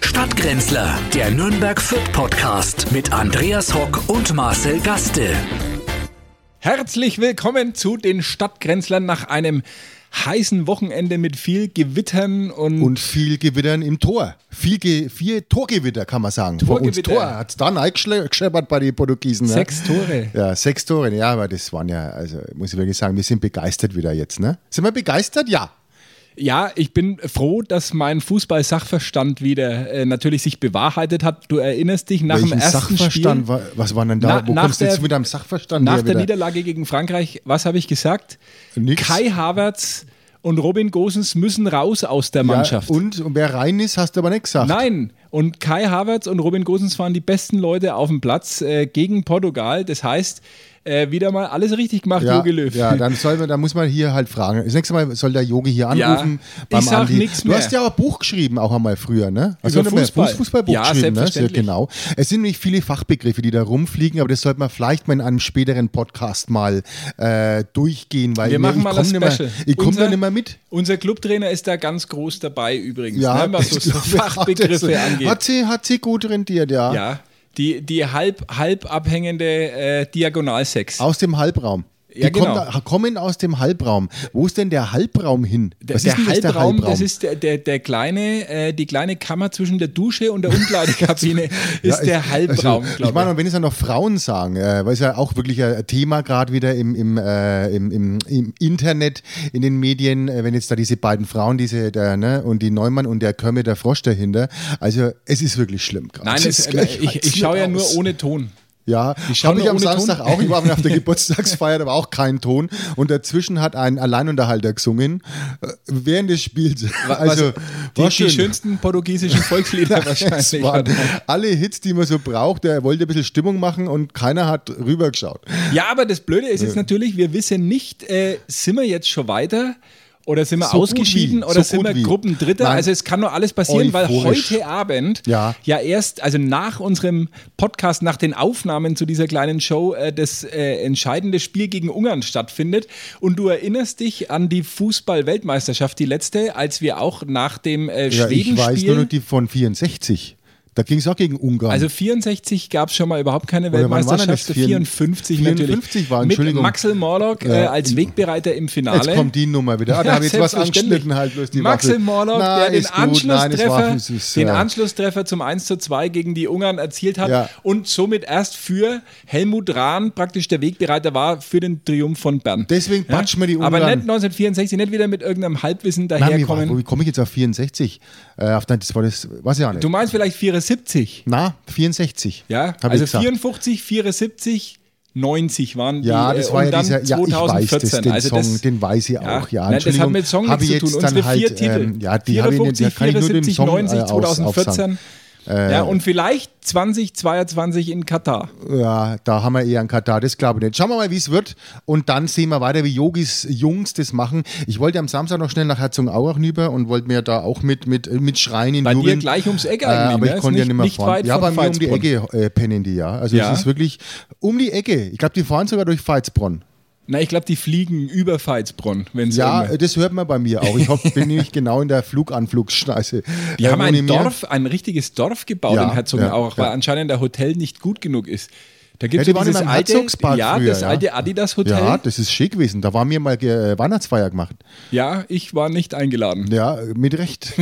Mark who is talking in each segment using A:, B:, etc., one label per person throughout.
A: Stadtgrenzler, der Nürnberg Fürth Podcast mit Andreas Hock und Marcel Gaste.
B: Herzlich willkommen zu den Stadtgrenzlern nach einem heißen Wochenende mit viel Gewittern und,
C: Und viel Gewittern im Tor. Viel, Ge viel Torgewitter, kann man sagen. Vor uns
B: Torgewitter.
C: Tor hat es dann eingeschleppert bei den Portugiesen. Ne?
B: Sechs Tore.
C: Ja, sechs Tore. Ja, aber das waren ja, also muss ich wirklich sagen, wir sind begeistert wieder jetzt. Ne? Sind wir begeistert? Ja.
B: ja, ich bin froh, dass mein Fußball-Sachverstand wieder äh, natürlich sich bewahrheitet hat. Du erinnerst dich nach dem ersten
C: Sachverstand?
B: Spiel,
C: wa- was war denn da?
B: Na-
C: Wo
B: nach
C: kommst du
B: der-
C: jetzt mit deinem Sachverstand
B: nach
C: her
B: der
C: wieder?
B: Niederlage gegen Frankreich, was habe ich gesagt?
C: Nix.
B: Kai Havertz und Robin Gosens müssen raus aus der Mannschaft.
C: Ja, und, und wer rein ist, hast du aber nicht gesagt.
B: Nein, und Kai Havertz und Robin Gosens waren die besten Leute auf dem Platz äh, gegen Portugal. Das heißt, äh, wieder mal alles richtig gemacht,
C: Ja,
B: Jogi Löw.
C: ja dann, soll man, dann muss man hier halt fragen. Das nächste Mal soll der Yogi hier
B: Ja,
C: anrufen.
B: ich sag nix
C: Du
B: mehr.
C: hast ja auch ein Buch geschrieben, auch einmal früher, ne? Also
B: Über
C: ein
B: Fußball.
C: Fuß- Fußballbuch
B: Ja,
C: geschrieben, ne? Sehr
B: selbstverständlich.
C: genau. Es sind nämlich viele Fachbegriffe, die da rumfliegen, aber das sollte man vielleicht mal in einem späteren Podcast mal äh, durchgehen, weil
B: Wir
C: mir-
B: machen
C: ich
B: mal
C: komme
B: ein
C: nicht mehr,
B: Special.
C: ich komm
B: Unser-
C: da nicht mehr mit.
B: Unser Clubtrainer ist da ganz groß dabei übrigens, ne, was
C: das
B: so
C: glaub ich auch.
B: Fachbegriffe
C: Das-
B: angeht.
C: also, Hat sie, hat sie gut rentiert, ja.
B: ja, die, die halb, halb abhängende äh, Diagonalsex.
C: Aus dem Halbraum. Die
B: Ja,
C: kommen,
B: genau.
C: da- kommen aus dem Halbraum. Wo ist denn der Halbraum hin? Was ist denn das, der Halbraum?
B: das ist der, der, der kleine, äh, die kleine Kammer zwischen der Dusche und der Umkleidekabine ist
C: Ja,
B: der
C: ich-
B: Halbraum,
C: also,
B: glaube
C: ich. meine, und wenn es dann noch Frauen sagen, äh, weil es ja auch wirklich ein Thema gerade wieder im, im, äh, im, im, im Internet, in den Medien, äh, wenn jetzt da diese beiden Frauen, diese der, ne, und die Neumann und der Körme der Frosch dahinter. Also es ist wirklich schlimm gerade.
B: Nein,
C: Das
B: es, äh,
C: geht
B: ich, ich,
C: halt
B: schaue ja
C: aus.
B: nur ohne Ton.
C: Ja, ich
B: schaue
C: habe ich
B: nur
C: am
B: ohne Ton.
C: Samstag auch. Ich war auf der Geburtstagsfeier, da war auch kein Ton. Und dazwischen hat ein Alleinunterhalter gesungen, äh, während des Spiels. Also,
B: die,
C: war
B: die
C: schön.
B: schönsten portugiesischen Volkslieder
C: Es
B: wahrscheinlich.
C: waren
B: oder?
C: alle Hits, die man so braucht. Er wollte ein bisschen Stimmung machen und keiner hat rübergeschaut.
B: Ja, aber das Blöde ist jetzt natürlich, wir wissen nicht, äh, sind wir jetzt schon weiter oder sind wir
C: So gut
B: ausgeschieden
C: wie,
B: oder
C: so
B: sind wir
C: gut wie.
B: Gruppendritter?
C: Nein.
B: Also es kann nur alles passieren, weil
C: Euphorisch.
B: heute Abend
C: Ja.
B: erst, also nach unserem Podcast, nach den Aufnahmen zu dieser kleinen Show, äh, das äh, entscheidende Spiel gegen Ungarn stattfindet. Und du erinnerst dich an die Fußball-Weltmeisterschaft, die letzte, als wir auch nach dem äh,
C: Ja, ich weiß nur noch
B: Schweden-Spiel...
C: die von 64. Da ging es auch gegen Ungarn.
B: Also 64 gab es schon mal überhaupt keine
C: Oder wann war denn
B: Weltmeisterschaft.
C: das? Vier-
B: 54,
C: 54
B: natürlich.
C: war,
B: Mit
C: Entschuldigung.
B: Maxel Morlock äh,
C: Ja.
B: als Wegbereiter im Finale.
C: Jetzt kommt die Nummer wieder. Ah, da
B: Ja,
C: habe ich jetzt was
B: selbstverständlich.
C: angeschnitten, halt bloß die
B: Maxel
C: Waffel.
B: Morlock,
C: Nein,
B: der den
C: ist gut. Nein, es war-
B: Anschlusstreffer,
C: es ist,
B: den
C: äh,
B: Anschlusstreffer zum 1 zu 2 gegen die Ungarn erzielt hat
C: Ja.
B: und somit erst für Helmut Rahn praktisch der Wegbereiter war für den Triumph von Bern.
C: Deswegen batschen wir die
B: Aber nicht
C: Ungarn.
B: 1964, nicht wieder mit irgendeinem Halbwissen
C: Nein, wie, war-
B: daherkommen.
C: wie komme ich jetzt auf 64? Äh, auf, nein, das war das, weiß ich auch nicht.
B: du meinst vielleicht 74?
C: Na, 64.
B: Ja,
C: hab
B: also
C: ich gesagt.
B: 54, 74, 90 waren die.
C: Ja,
B: äh,
C: das war
B: und
C: ja
B: dann
C: dieser, ja, ich weiß
B: 2014.
C: das, den
B: also
C: Song,
B: das,
C: den weiß ich auch, ja.
B: Nein, das hat mit Song
C: hab
B: nichts
C: ich
B: zu
C: jetzt
B: tun.
C: dann
B: Unsere
C: halt,
B: vier Titel.
C: Ähm, ja, die habe ich nicht, da kann ich nur den
B: 54,
C: Song
B: 90,
C: äh, aus-
B: 2014.
C: aufsagen. Äh,
B: ja, und vielleicht 2022 in Katar.
C: Ja, da haben wir eher einen Katar, das glaube ich nicht. Schauen wir mal, wie es wird und dann sehen wir weiter, wie Yogis Jungs das machen. Ich wollte am Samstag noch schnell nach Herzogenaurach rüber und wollte mir da auch mit, mit, mit Schreien in
B: Bei dir
C: Jubeln-
B: gleich ums Eck
C: äh,
B: eigentlich,
C: aber
B: ne?
C: ich
B: Ist
C: konnte ja
B: nicht-
C: nicht mehr
B: nicht
C: fahren.
B: weit
C: Ja,
B: von
C: bei mir um die Ecke
B: Veitsbronn.
C: äh, pennen die ja. Also
B: Ja.
C: es ist wirklich um die Ecke. Ich glaube, die fahren sogar durch Veitsbronn.
B: Na, ich glaube, die fliegen über Veitsbronn, wenn sie
C: Ja, äh,
B: irgendwann-
C: das hört man bei mir auch. Ich hoffe, bin nämlich genau in der Fluganflugsschneise.
B: Die
C: Äh,
B: haben
C: ohne
B: ein
C: mir-
B: Dorf, ein richtiges Dorf gebaut
C: Ja,
B: in Herzogenaurach,
C: ja, ja.
B: weil anscheinend der Hotel nicht gut genug ist. Da gibt es
C: die
B: ja,
C: waren
B: dieses
C: immer im
B: alte,
C: Herzogspark
B: ja,
C: früher,
B: das
C: ja.
B: alte Adidas Hotel.
C: Ja, das ist schick gewesen. Da waren wir mal äh, Weihnachtsfeier gemacht.
B: ja, ich war nicht eingeladen.
C: Ja, mit Recht.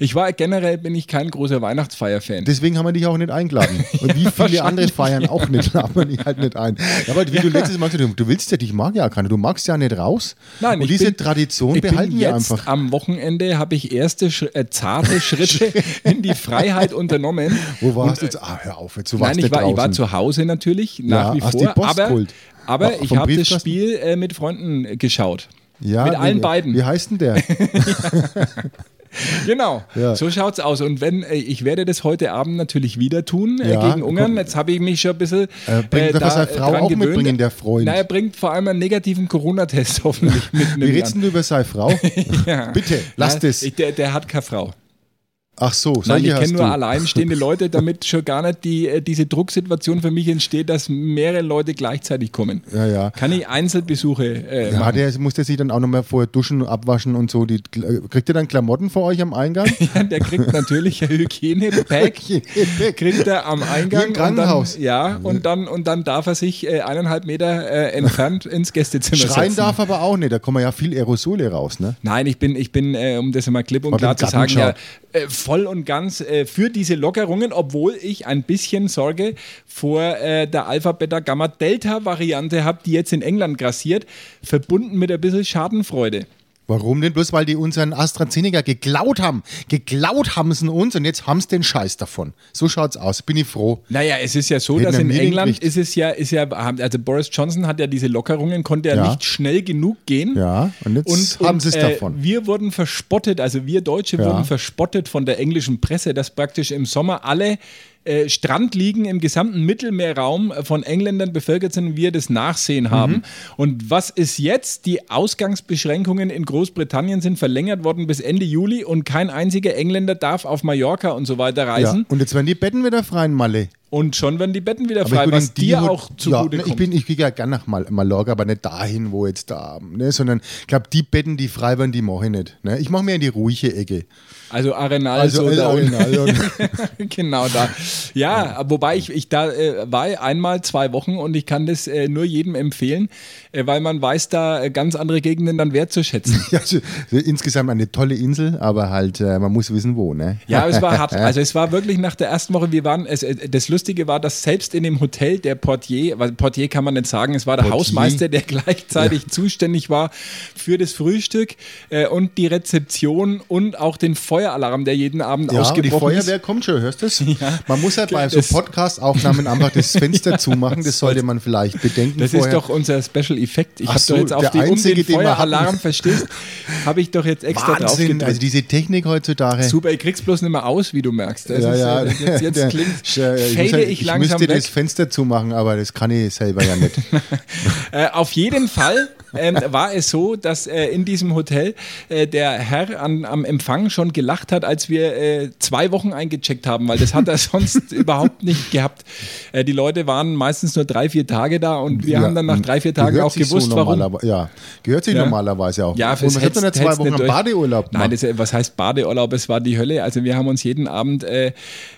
B: Ich war generell bin ich kein großer Weihnachtsfeier-Fan.
C: Deswegen haben wir dich auch nicht eingeladen. Und wie viele andere feiern auch nicht, laden wir dich halt nicht ein. Ja, Aber wie du letztes Mal gesagt hast, du willst ja, dich mag ja keiner. Du magst ja nicht raus.
B: Nein,
C: Und
B: ich
C: diese
B: bin-
C: Tradition
B: Ich
C: behalten
B: bin
C: wir
B: jetzt
C: einfach.
B: am Wochenende habe ich erste Schri- äh, zarte Schritte in die Freiheit unternommen.
C: Wo warst du jetzt? Ah, hör auf, jetzt, du warst
B: Nein, ich
C: nicht
B: war, ich war
C: draußen.
B: zu Hause natürlich nach
C: Ja,
B: wie
C: hast
B: vor,
C: die Post
B: aber,
C: geholt.
B: aber
C: Ach,
B: ich
C: vom
B: habe das
C: Briefkasten?
B: Spiel äh, mit Freunden äh, geschaut.
C: ja,
B: mit allen
C: wie,
B: beiden.
C: Wie heißt denn der?
B: Genau,
C: Ja.
B: so schaut's aus. Und wenn äh, ich werde das heute Abend natürlich wieder tun äh,
C: Ja,
B: gegen Ungarn.
C: guck.
B: Jetzt habe ich mich schon ein bisschen
C: Äh, bringt doch was seine Frau
B: dran
C: auch mitbringen, der Freund.
B: Na, er bringt vor allem einen negativen Corona-Test hoffentlich mit.
C: Wie
B: nämlich
C: redest
B: an. Äh,
C: denn du über seine Frau? Bitte, lass
B: Ja,
C: das.
B: ich- Der, der hat keine Frau.
C: Ach so,
B: Nein,
C: solche
B: ich
C: hast
B: kenne nur
C: du.
B: alleinstehende Leute, damit schon gar nicht die, äh, diese Drucksituation für mich entsteht, dass mehrere Leute gleichzeitig kommen.
C: Ja, ja.
B: Kann ich Einzelbesuche äh,
C: Ja,
B: machen?
C: der muss der sich dann auch nochmal vorher duschen, abwaschen und so. Die, kriegt ihr dann Klamotten vor euch am Eingang?
B: Der kriegt natürlich ein Hygiene-Pack, kriegt er am Eingang.
C: Wie im Krankenhaus.
B: Und dann, ja, und dann, und dann darf er sich äh, eineinhalb Meter äh, entfernt ins Gästezimmer
C: Schreien
B: setzen.
C: darf aber auch nicht, da kommen ja viel Aerosole raus, ne?
B: Nein, ich bin, ich bin äh, um das mal klipp und
C: Aber
B: klar
C: im
B: zu sagen,
C: Garten
B: ja, äh, voll und ganz äh, für diese Lockerungen, obwohl ich ein bisschen Sorge vor äh, der Alpha-Beta-Gamma-Delta-Variante habe, die jetzt in England grassiert, verbunden mit ein bisschen Schadenfreude.
C: Warum denn? Bloß weil die unseren AstraZeneca geklaut haben. Geklaut haben sie uns und jetzt haben sie den Scheiß davon. So schaut's aus, bin ich froh.
B: Naja, es ist ja so,
C: Hätten
B: dass
C: wir
B: in
C: mir den
B: England
C: gekriegt.
B: ist es ja, ist ja, also Boris Johnson hat ja diese Lockerungen, konnte ja,
C: Ja.
B: nicht schnell genug gehen. äh,
C: Ja, und jetzt haben sie's davon.
B: Wir wurden verspottet, also wir Deutsche
C: Ja.
B: wurden verspottet von der englischen Presse, dass praktisch im Sommer alle äh, Strandliegen im gesamten Mittelmeerraum äh, von Engländern bevölkert sind, und wir das
C: Mhm.
B: Nachsehen haben. Und was ist jetzt? Die Ausgangsbeschränkungen in Großbritannien sind verlängert worden bis Ende Juli und kein einziger Engländer darf auf Mallorca und so weiter
C: Ja.
B: reisen.
C: Und jetzt werden die Betten wieder frei in Malle.
B: Und schon werden die Betten wieder
C: Aber
B: frei,
C: ich bin
B: was
C: in die
B: dir
C: Hot-
B: auch zugute
C: ja, ne,
B: kommt.
C: Ich, bin, ich gehe ja gerne nach Mal Mallorca, aber nicht dahin, wo jetzt da, ne? sondern ich glaube, die Betten, die frei waren, die mache ich nicht. Ne? Ich mache mir in die ruhige Ecke.
B: also Arenal
C: Also,
B: so
C: äh,
B: da
C: Arenal,
B: unten.
C: ja.
B: genau da. Ja, wobei ich, ich da äh, war einmal zwei Wochen und ich kann das äh, nur jedem empfehlen, äh, weil man weiß da äh, ganz andere Gegenden dann wertzuschätzen.
C: Ja, also, insgesamt eine tolle Insel, aber halt, äh, man muss wissen, wo. Ne?
B: Ja, aber es war hart. Also es war wirklich nach der ersten Woche, wir waren, es, äh, das Lustige war, dass selbst in dem Hotel der Portier, weil Portier kann man nicht sagen, es war der
C: Portier.
B: Hausmeister, der gleichzeitig zuständig war für das Frühstück äh, und die Rezeption und auch den Feueralarm, der jeden Abend
C: Ja, die
B: ausgebrochen ist.
C: Feuerwehr kommt schon, hörst du es? Man muss halt bei so
B: das-
C: Podcast-Aufnahmen einfach das Fenster zumachen, das sollte man vielleicht bedenken
B: Das
C: vorher.
B: ist doch unser Special Effekt. Ich
C: Ach
B: habe
C: so,
B: doch jetzt auf
C: der
B: die
C: einzige,
B: um den
C: den wir hatten.
B: Feueralarm, verstehst, habe ich doch jetzt extra drauf
C: Wahnsinn,
B: gedrückt.
C: also diese Technik heutzutage.
B: Super, ich krieg's bloß nicht mehr aus, wie du merkst. Das ist, äh, jetzt jetzt
C: der-
B: klingt,
C: der- ich, muss
B: fade
C: halt,
B: ich
C: ich
B: langsam
C: müsste
B: weg.
C: das Fenster zumachen, aber das kann ich selber ja nicht.
B: Äh, auf jeden Fall ähm, war es so, dass äh, in diesem Hotel äh, der Herr an, am Empfang schon gelacht hat, als wir äh, zwei Wochen eingecheckt haben, weil das hat er sonst überhaupt nicht gehabt. Äh, die Leute waren meistens nur drei, vier Tage da und wir
C: Ja,
B: haben dann nach drei, vier Tagen
C: gehört
B: auch
C: sich
B: gewusst,
C: so
B: warum.
C: normalerweise- Ja, gehört sich
B: Ja.
C: normalerweise auch.
B: Ja,
C: Und
B: fürs
C: man hat doch nicht
B: Hetz-
C: zwei
B: Hetz
C: Wochen
B: nicht
C: einen
B: durch.
C: Badeurlaub
B: Nein,
C: gemacht.
B: das, äh, was heißt Badeurlaub? Es war die Hölle. Also wir haben uns jeden Abend, äh,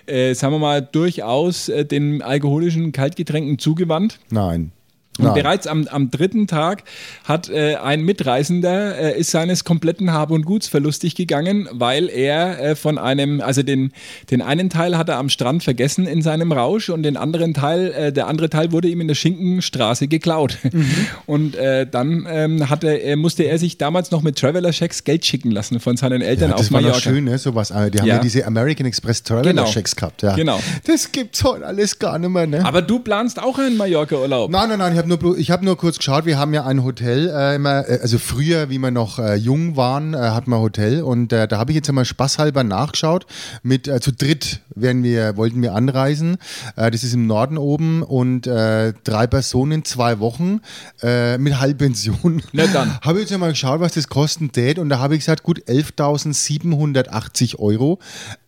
B: äh, sagen wir mal, durchaus äh, den alkoholischen Kaltgetränken zugewandt.
C: Nein.
B: Und
C: Nein.
B: bereits am, am dritten Tag hat äh, ein Mitreisender äh, ist seines kompletten Hab und Guts verlustig gegangen, weil er äh, von einem, also den, den einen Teil hat er am Strand vergessen in seinem Rausch und den anderen Teil, äh, der andere Teil wurde ihm in der Schinkenstraße geklaut.
C: Mhm.
B: Und äh, dann ähm, hat er, äh, musste er sich damals noch mit Traveler-Checks Geld schicken lassen von seinen Eltern
C: ja,
B: auf
C: das war doch
B: Mallorca.
C: schön, ne? Sowas. Aber Die haben ja,
B: Ja.
C: diese American Express
B: Genau.
C: Traveler-Schecks gehabt. Ja.
B: Genau.
C: Das gibt's heute alles gar nicht mehr, ne?
B: Aber du planst auch einen Mallorca-Urlaub.
C: Nein, nein, nein, ich habe nur, blo- ich hab nur kurz geschaut. Wir haben ja ein Hotel, äh, immer, äh, also früher, wie wir noch äh, jung waren, äh, hatten wir Hotel und äh, da habe ich jetzt einmal spaßhalber nachgeschaut. Mit äh, zu dritt werden wir, wollten wir anreisen. Äh, das ist im Norden oben und äh, drei Personen, zwei Wochen äh, mit Halbpension.
B: Na dann.
C: Habe ich jetzt einmal geschaut, was das kosten tät und da habe ich gesagt, gut, 11.780 Euro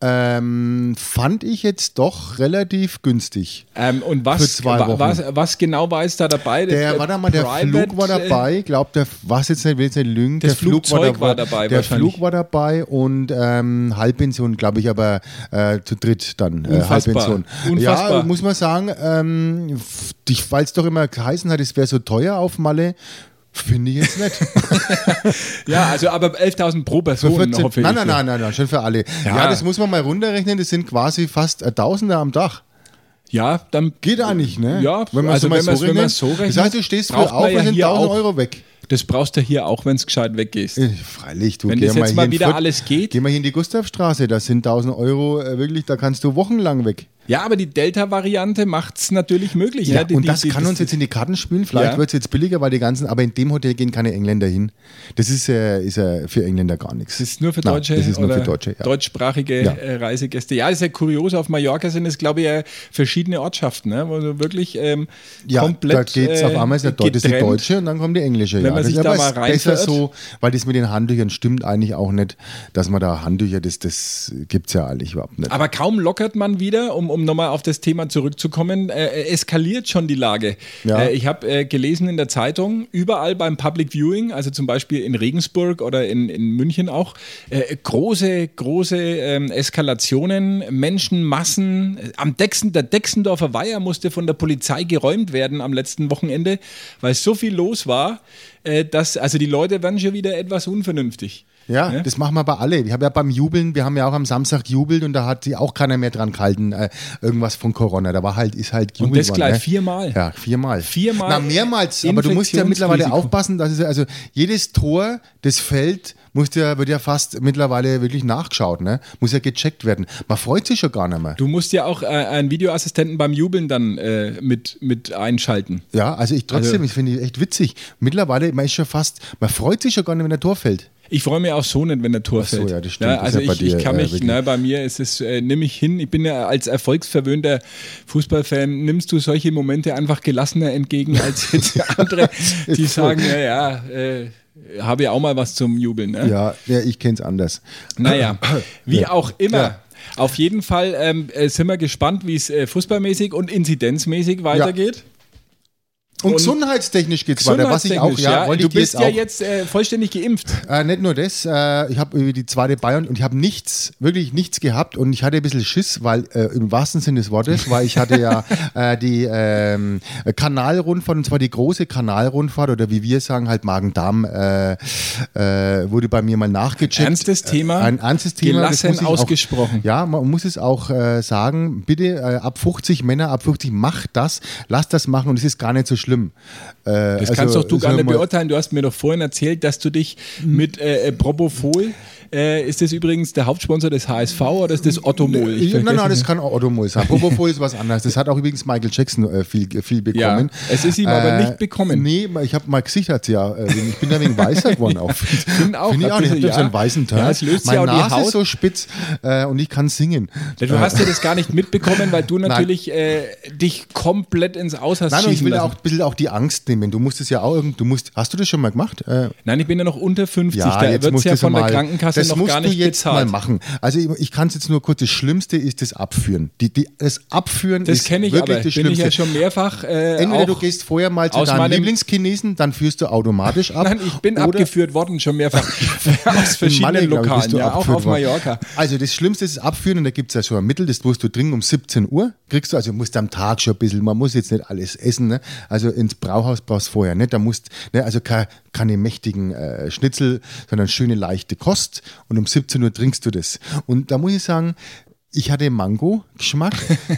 C: ähm, fand ich jetzt doch relativ günstig.
B: Ähm, und was,
C: Für zwei
B: wa-
C: Wochen.
B: was, was genau war es da dabei?
C: Der,
B: Äh,
C: war da mal, der
B: Private,
C: Flug war
B: äh,
C: dabei, glaubt der, was jetzt nicht, will jetzt nicht lügen.
B: Das
C: der Flug
B: Flugzeug war dabei
C: Der
B: wahrscheinlich.
C: Flug war dabei und ähm, Halbpension, glaube ich, aber äh, zu dritt dann. Äh,
B: Unfassbar.
C: Halbpension.
B: Unfassbar.
C: Ja, muss man sagen, ähm, f- ich- weil es doch immer geheißen hat, es wäre so teuer auf Malle, finde ich jetzt nicht.
B: Ja, also aber 11.000 pro Person, hoffe ich.
C: nein, nein, nein, nein, nein, schon für alle.
B: Ja.
C: Ja. das muss man mal runterrechnen, das sind quasi fast äh, Tausender am Tag.
B: Ja, dann
C: Geht eigentlich, ne?
B: Ja,
C: wenn man
B: also
C: so mal
B: wenn man's-
C: so,
B: wenn
C: rechnet.
B: man's so rechnet,
C: Das heißt, du stehst früh
B: braucht man
C: auf,
B: ja
C: wir sind
B: hier
C: 1000
B: auch.
C: Euro weg.
B: Das brauchst du hier auch, wenn es gescheit weggehst.
C: Äh, Freilich, du
B: Wenn
C: geh
B: das jetzt
C: hier
B: mal
C: in
B: wieder
C: Fürth-
B: alles geht.
C: Geh mal hier in die Gustavstraße, das sind 1000 Euro, äh, wirklich, da kannst du wochenlang weg.
B: Ja, aber die Delta-Variante macht es natürlich möglich.
C: Ja,
B: ne? die,
C: und
B: die,
C: das
B: die,
C: kann
B: das-
C: uns jetzt in die Karten spielen. Vielleicht
B: Ja.
C: wird es jetzt billiger, weil die ganzen, aber in dem Hotel gehen keine Engländer hin. Das ist, äh, ist äh, für Engländer gar nichts.
B: Das ist nur für
C: Nein,
B: Deutsche
C: das ist nur
B: oder
C: für Deutsche, ja.
B: deutschsprachige
C: Ja.
B: äh, Reisegäste. Ja, ist ja kurios. Auf Mallorca sind es, glaube ich, ja verschiedene Ortschaften, ne? wo du wirklich ähm,
C: ja,
B: komplett
C: da geht es auf einmal ist,
B: äh,
C: der Deu- das ist die
B: getrennt.
C: deutsche und dann kommt die englische.
B: Wenn
C: ja.
B: man
C: das
B: sich
C: ist
B: da
C: aber
B: mal rein
C: besser
B: verirrt.
C: so, weil das mit den Handtüchern stimmt eigentlich auch nicht, dass man da Handtücher, das, das gibt es ja eigentlich überhaupt nicht.
B: Aber kaum lockert man wieder, um, um nochmal auf das Thema zurückzukommen, äh, eskaliert schon die Lage.
C: Ja.
B: Äh, ich habe äh, gelesen in der Zeitung, überall beim Public Viewing, also zum Beispiel in Regensburg oder in, in München auch, äh, große, große ähm, Eskalationen, Menschenmassen. Am Dexen, der Dexendorfer Weiher musste von der Polizei geräumt werden am letzten Wochenende, weil so viel los war, äh, dass, also die Leute werden schon wieder etwas unvernünftig.
C: Ja,
B: Ne?
C: das machen wir bei alle. Ich habe ja beim Jubeln, wir haben ja auch am Samstag jubelt und da hat sich auch keiner mehr dran gehalten, äh, irgendwas von Corona. Da war halt, ist halt Jubel.
B: das
C: war,
B: gleich viermal.
C: Ja, viermal.
B: Viermal
C: Na, mehrmals. Aber du musst ja mittlerweile
B: Infektionsrisiko.
C: aufpassen, dass es, also jedes Tor, das fällt, muss ja, wird ja fast mittlerweile wirklich nachgeschaut, ne? Muss ja gecheckt werden. Man freut sich schon gar nicht mehr.
B: Du musst ja auch äh, einen Videoassistenten beim Jubeln dann äh, mit, mit einschalten.
C: Ja, also ich trotzdem,
B: Also-
C: ich finde ich echt witzig. Mittlerweile, man ist schon fast, man freut sich schon gar nicht, wenn ein Tor fällt.
B: Ich freue mich auch so nicht, wenn der Tor
C: so,
B: fällt.
C: ja, das stimmt.
B: Ja,
C: Ist
B: also
C: ja bei
B: ich, ich
C: dir,
B: kann
C: äh,
B: mich,
C: wirklich.
B: na, bei mir ist es, äh, nimm ich hin. Ich bin ja als erfolgsverwöhnter Fußballfan, nimmst du solche Momente einfach gelassener entgegen als jetzt andere, die sagen, ja, ja, äh, habe ja auch mal was zum Jubeln. Ne?
C: Ja, ja ich kenne es anders.
B: Naja, wie auch immer.
C: Ja.
B: Auf jeden Fall ähm, äh, sind wir gespannt, wie es äh, fußballmäßig und inzidenzmäßig weitergeht.
C: Und,
B: Und
C: gesundheitstechnisch geht es weiter, was ich auch,
B: Gesundheitstechnisch,
C: ja, wollte
B: du
C: ich dir
B: bist
C: jetzt
B: ja
C: auch.
B: jetzt äh, vollständig geimpft.
C: Äh, nicht nur das, äh, ich habe über die zweite Bayern und ich habe nichts, wirklich nichts gehabt und ich hatte ein bisschen Schiss, weil äh, im wahrsten Sinne des Wortes, weil ich hatte ja äh, die ähm, Kanalrundfahrt und zwar die große Kanalrundfahrt oder wie wir sagen halt Magen-Darm äh, äh, wurde bei mir mal nachgecheckt. Äh,
B: Ernstes Thema.
C: Ein ernstes Thema. das
B: Gelassen
C: muss ich auch-
B: ausgesprochen.
C: Ja, man muss es auch äh, sagen, bitte äh, ab 50 Männer, ab 50 macht das, lasst das machen und es ist gar nicht so schlimm.
B: Das
C: Also,
B: kannst doch du gar
C: sagen wir
B: nicht
C: mal- Mhm.
B: beurteilen. Du hast mir doch vorhin erzählt, dass du dich mit äh, äh, Propofol, äh, ist das übrigens der Hauptsponsor des HSV oder ist das Ottomol? Oh, Ich vergesse
C: Nein, nein, das
B: es.
C: kann auch Otto Moll sein. Propofol ist was anderes. Das hat auch übrigens Michael Jackson äh, viel, viel bekommen.
B: Ja,
C: Äh,
B: es ist ihm aber nicht bekommen.
C: Nee, ich habe mein Gesicht hat ja, äh, ich bin ja wegen weißer geworden auch. Finde
B: auch,
C: Find ich
B: ein
C: auch nicht. Ich
B: bisschen,
C: habe so einen
B: ja.
C: weißen Teil.
B: Ja, es löst sich
C: Meine
B: auch die
C: Nase
B: Haut.
C: ist so spitz äh, und ich kann singen.
B: Du hast ja das gar nicht mitbekommen, weil du natürlich äh, dich komplett ins Aushass
C: Nein, und ich
B: schießen
C: will ja
B: lassen.
C: auch ein bisschen auch die Angst nehmen. Du musst es ja auch irgend, du musst, hast du das schon mal gemacht? Äh,
B: Nein, ich bin ja noch unter 50.
C: Ja,
B: da
C: jetzt
B: wird es
C: musst
B: ja
C: du's
B: von der
C: mal-
B: Krankenkasse
C: das
B: noch
C: musst
B: gar nicht
C: du jetzt
B: bezahlt.
C: mal machen. Also ich, ich kann es jetzt nur kurz. Das Schlimmste ist das Abführen. Die, die, das Abführen
B: Das
C: ist
B: kenne ich
C: wirklich
B: aber.
C: das
B: Bin ich
C: Schlimmste.
B: ja schon mehrfach äh,
C: Entweder
B: auch
C: du gehst vorher mal zu
B: aus
C: deinem
B: meinem-
C: Lieblingschinesen, dann führst du automatisch ab.
B: Nein, ich bin
C: Oder
B: abgeführt worden schon mehrfach aus
C: in
B: verschiedenen
C: Malle, glaub ich,
B: Lokalen,
C: bist du
B: ja, auch
C: abgeführt
B: auf
C: worden.
B: Mallorca.
C: Also das Schlimmste ist das Abführen und da gibt es ja schon ein Mittel, das musst du trinken um 17 Uhr. Kriegst du, also musst am Tag schon ein bisschen, man muss jetzt nicht alles essen. Ne? Also ins Brauhaus brauchst du vorher nicht. Da musst, ne, also ke- keine mächtigen äh, Schnitzel, sondern schöne leichte Kost und um 17 Uhr trinkst du das. Und da muss ich sagen, ich hatte Mango-Geschmack.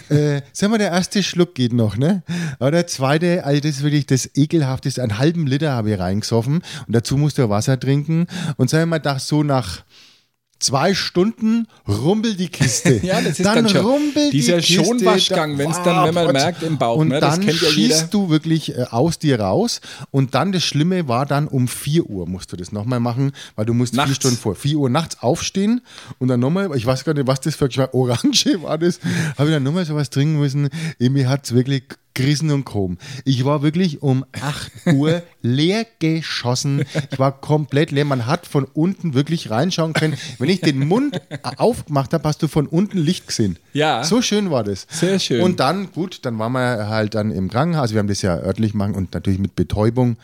C: äh, sagen wir, der erste Schluck geht noch, ne? Aber der zweite, also das ist wirklich das ekelhafteste. Einen halben Liter habe ich reingesoffen und dazu musst du Wasser trinken. Und sagen wir mal, nach so nach zwei Stunden rumpelt die Kiste.
B: Ja, das ist
C: dann
B: dann schon
C: rumpelt
B: dieser
C: die Kiste,
B: Schonwaschgang,
C: dann-
B: wenn's dann, wenn man
C: Wow,
B: merkt im Bauch,
C: Und
B: ne, das
C: dann
B: kennt ja jeder.
C: schießt du wirklich äh, aus dir raus. Und dann das Schlimme war dann um 4 Uhr musst du das nochmal machen, weil du musst vier
B: Nachts.
C: Stunden vor 4 Uhr nachts aufstehen und dann nochmal, ich weiß gar nicht, was das für ein Orange war das, habe ich dann nochmal sowas trinken müssen. Eh, Mir hat es wirklich gerissen und krumm. Ich war wirklich um 8 Uhr leer geschossen. Ich war komplett leer. Man hat von unten wirklich reinschauen können. Wenn ich den Mund aufgemacht habe, hast du von unten Licht gesehen.
B: Ja.
C: So schön war das.
B: Sehr schön.
C: Und dann, gut, dann waren wir halt dann im Krankenhaus. Wir haben das ja örtlich machen und natürlich mit Betäubung.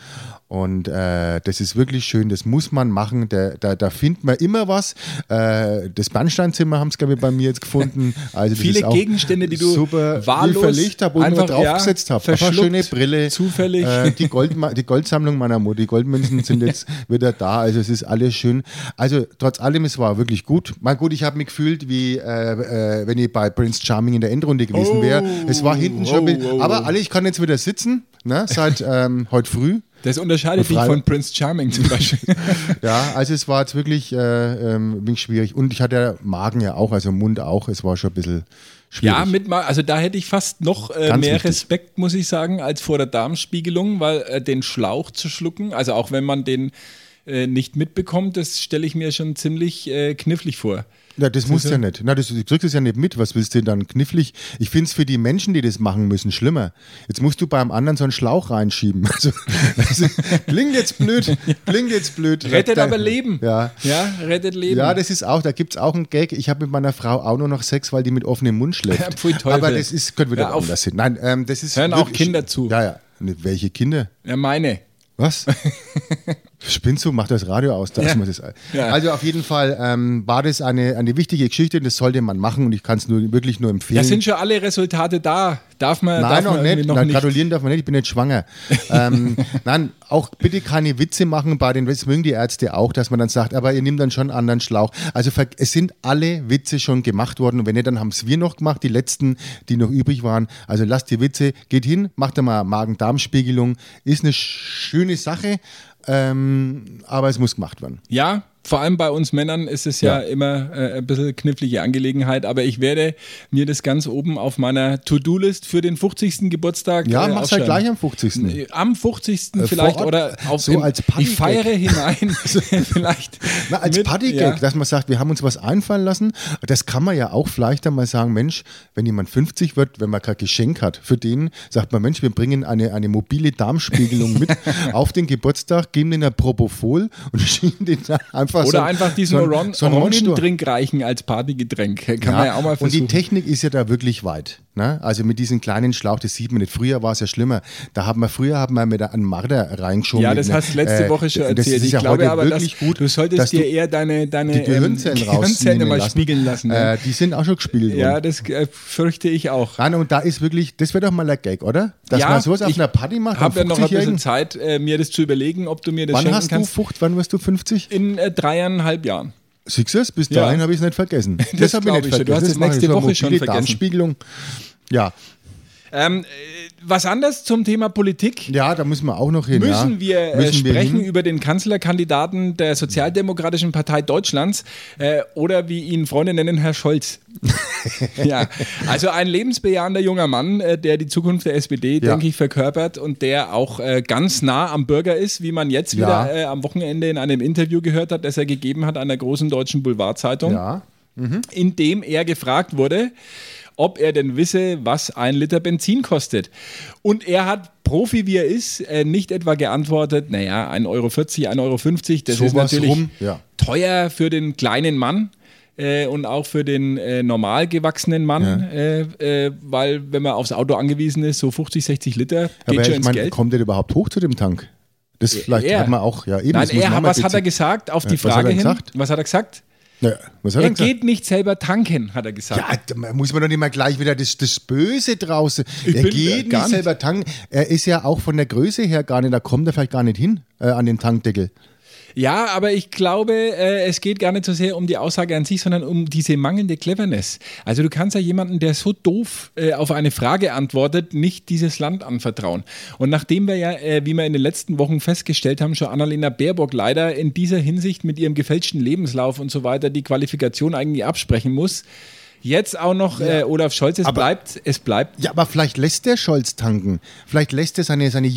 C: Und äh, das ist wirklich schön, das muss man machen. Da, da, da findet man immer was. Äh, das Bernsteinzimmer haben es, glaube ich, bei mir jetzt gefunden. Also das
B: Viele
C: ist auch
B: Gegenstände, die du
C: super
B: wahllos
C: verlegt habe und einfach,
B: einfach,
C: nur draufgesetzt
B: ja,
C: habe. Einfach
B: verschluckt,
C: schöne Brille.
B: zufällig.
C: Äh, die, Gold, die Goldsammlung meiner Mutter, die Goldmünzen sind jetzt wieder da. Also es ist alles schön. Also trotz allem, es war wirklich gut. Mein gut, ich habe mich gefühlt, wie äh, äh, wenn ich bei Prince Charming in der Endrunde gewesen wäre. Es war hinten schon.
B: oh,
C: mit-
B: oh, oh.
C: aber alle, ich kann jetzt wieder sitzen, ne, seit ähm, heute früh.
B: Das unterscheidet dich
C: Frage-
B: von Prince Charming zum Beispiel.
C: Ja, also es war jetzt wirklich äh, ähm, ein wenig schwierig. Und ich hatte ja Magen ja auch, also Mund auch. Es war schon ein bisschen schwierig.
B: ja, mit mal, also da hätte ich fast noch äh,
C: Ganz
B: mehr
C: wichtig.
B: Respekt, muss ich sagen, als vor der Darmspiegelung, weil äh, den Schlauch zu schlucken, also auch wenn man den äh, nicht mitbekommt, das stelle ich mir schon ziemlich äh, knifflig vor.
C: Na, das muss
B: ist
C: ja nicht. Na, das, du kriegst es ja nicht mit. Was willst du denn dann knifflig? Ich finde es für die Menschen, die das machen müssen, schlimmer. Jetzt musst du beim anderen so einen Schlauch reinschieben. Also, also, klingt jetzt blöd. Klingt jetzt blöd.
B: Rettet
C: Da-
B: aber Leben.
C: Ja.
B: Ja, rettet Leben.
C: Ja, das ist auch, da gibt es auch einen Gag. Ich habe mit meiner Frau auch nur noch Sex, weil die mit offenem Mund
B: Ja,
C: schläft.
B: pfui Teufel.
C: Aber das ist, können wir
B: Hör
C: doch
B: auf.
C: anders hin. Nein, ähm, das ist.
B: Hören auch
C: wirklich-
B: Kinder zu.
C: Ja, ja. Ne, Welche Kinder?
B: ja, meine.
C: Was? Spinnst du? Mach das Radio aus, da
B: Ja.
C: ist man das.
B: Ja.
C: Also auf jeden Fall ähm, war das eine, eine wichtige Geschichte und das sollte man machen und ich kann es nur wirklich nur empfehlen.
B: Da sind schon alle Resultate da. Darf man, Äh, darf
C: Nein, noch
B: man irgendwie
C: nicht.
B: noch
C: Nein,
B: nicht.
C: gratulieren darf man nicht, ich bin nicht schwanger. ähm, nein, auch bitte keine Witze machen bei den, das mögen die Ärzte auch, dass man dann sagt, aber ihr nehmt dann schon einen anderen Schlauch. Also ver- es sind alle Witze schon gemacht worden und wenn nicht, dann haben es wir noch gemacht, die letzten, die noch übrig waren. Also lasst die Witze, geht hin, macht da mal Magen-Darm-Spiegelung, ist eine schöne Sache, ähm, aber es muss gemacht werden.
B: Ja, vor allem bei uns Männern ist es ja,
C: Ja.
B: immer äh, ein bisschen knifflige Angelegenheit, aber ich werde mir das ganz oben auf meiner To-Do-List für den 50. Geburtstag äh,
C: Ja, mach's halt
B: aufschreiben.
C: gleich am 50.
B: Äh, Am 50.
C: Äh,
B: vielleicht
C: vor Ort,
B: oder auf
C: so
B: im-
C: als
B: Ich
C: Partygag.
B: feiere hinein vielleicht.
C: Na, als
B: mit-
C: Partygag,
B: ja.
C: dass man sagt, wir haben uns was einfallen lassen. Das kann man ja auch vielleicht einmal sagen, Mensch, wenn jemand 50 wird, wenn man kein Geschenk hat für den, sagt man, Mensch, wir bringen eine, eine mobile Darmspiegelung mit auf den Geburtstag, geben den ein Propofol und schieben den dann einfach so
B: Oder
C: ein-
B: einfach diesen
C: so ein-
B: Oran
C: so ein Monster.
B: Orangendrink reichen als Partygetränk. Kann man ja auch mal
C: und
B: versuchen.
C: die Technik ist ja da wirklich weit. Ne? Also mit diesem kleinen Schlauch, das sieht man nicht. Früher war es ja schlimmer. Da haben wir, früher haben wir mit einem Marder reingeschoben.
B: ja,
C: mit
B: das
C: einer-
B: hast du letzte
C: äh,
B: Woche schon
C: das
B: erzählt.
C: ist
B: ich
C: ja
B: glaube
C: heute
B: aber, dass
C: wirklich gut,
B: du solltest
C: dass
B: dir
C: du
B: eher deine, deine
C: die Gehirnzellen
B: ähm,
C: rausnehmen
B: Gehirnzellen mal
C: lassen.
B: spiegeln lassen. ja.
C: Äh, die sind auch schon gespielt worden.
B: Ja, das äh, fürchte ich auch.
C: Ran und da ist wirklich, das wäre doch mal ein Gag, oder? Dass
B: Ja,
C: man sowas auf
B: ich
C: einer Party macht.
B: Hab ja
C: am
B: noch ein bisschen
C: 50-Jährigen.
B: Zeit, äh, mir das zu überlegen, ob du mir das
C: Wann
B: schenken
C: hast du
B: kannst.
C: Fucht, wann wirst du 50?
B: In äh, dreieinhalb Jahren.
C: Siehst du es? Bis
B: Ja.
C: dahin habe ich es nicht vergessen. Das, hab
B: glaub ich schon. Du hast es
C: mache ich
B: nächste
C: so,
B: Woche
C: mobile
B: schon vergessen.
C: Darmspiegelung. Ja.
B: Ähm, äh, was anders zum Thema Politik?
C: ja, da müssen wir auch noch hin.
B: Müssen
C: ja.
B: wir äh,
C: Müssen wir
B: sprechen
C: hin.
B: über den Kanzlerkandidaten der Sozialdemokratischen Partei Deutschlands äh, oder wie ihn Freunde nennen, Herr Scholz. ja, also ein lebensbejahender junger Mann, äh, der die Zukunft der SPD,
C: Ja.
B: denke ich, verkörpert und der auch äh, ganz nah am Bürger ist, wie man jetzt
C: Ja.
B: wieder äh, am Wochenende in einem Interview gehört hat, das er gegeben hat einer großen deutschen Boulevardzeitung,
C: Ja.
B: in dem er gefragt wurde, ob er denn wisse, was ein Liter Benzin kostet. Und er hat, Profi wie er ist, äh, nicht etwa geantwortet, naja, 1,40 Euro, 1,50 Euro, das ist
C: Sowas
B: natürlich
C: rum, ja.
B: teuer für den kleinen Mann. äh, Und auch für den äh, normal gewachsenen Mann, äh, äh, weil wenn man aufs Auto angewiesen ist, so 50, 60 Liter geht
C: Aber
B: schon
C: ich
B: ins
C: meine,
B: Geld. Äh,
C: kommt der überhaupt hoch zu dem Tank? Das vielleicht
B: Er-
C: hat man auch, ja, eben.
B: Nein,
C: das muss
B: er,
C: man mal
B: was hat er
C: beziehen.
B: gesagt auf die
C: Was hat er
B: Frage hin?
C: gesagt?
B: Was hat er gesagt?
C: Naja, was hat
B: Er
C: er gesagt?
B: geht nicht selber tanken, hat er gesagt.
C: Ja, da muss man doch nicht mal gleich wieder das, das Böse draußen. er
B: bin äh,
C: geht
B: gar nicht-
C: nicht selber tanken. Er ist ja auch von der Größe her gar nicht, da kommt er vielleicht gar nicht hin äh, an den Tankdeckel.
B: Ja, aber ich glaube, äh, es geht gar nicht so sehr um die Aussage an sich, sondern um diese mangelnde Cleverness. Also du kannst ja jemanden, der so doof äh, auf eine Frage antwortet, nicht dieses Land anvertrauen. Und nachdem wir ja, äh, wie wir in den letzten Wochen festgestellt haben, schon Annalena Baerbock leider in dieser Hinsicht mit ihrem gefälschten Lebenslauf und so weiter die Qualifikation eigentlich absprechen muss, jetzt auch noch äh, Olaf Scholz, es
C: Aber-
B: bleibt, es bleibt
C: Ja, aber vielleicht lässt der Scholz tanken. Vielleicht lässt er seine, seine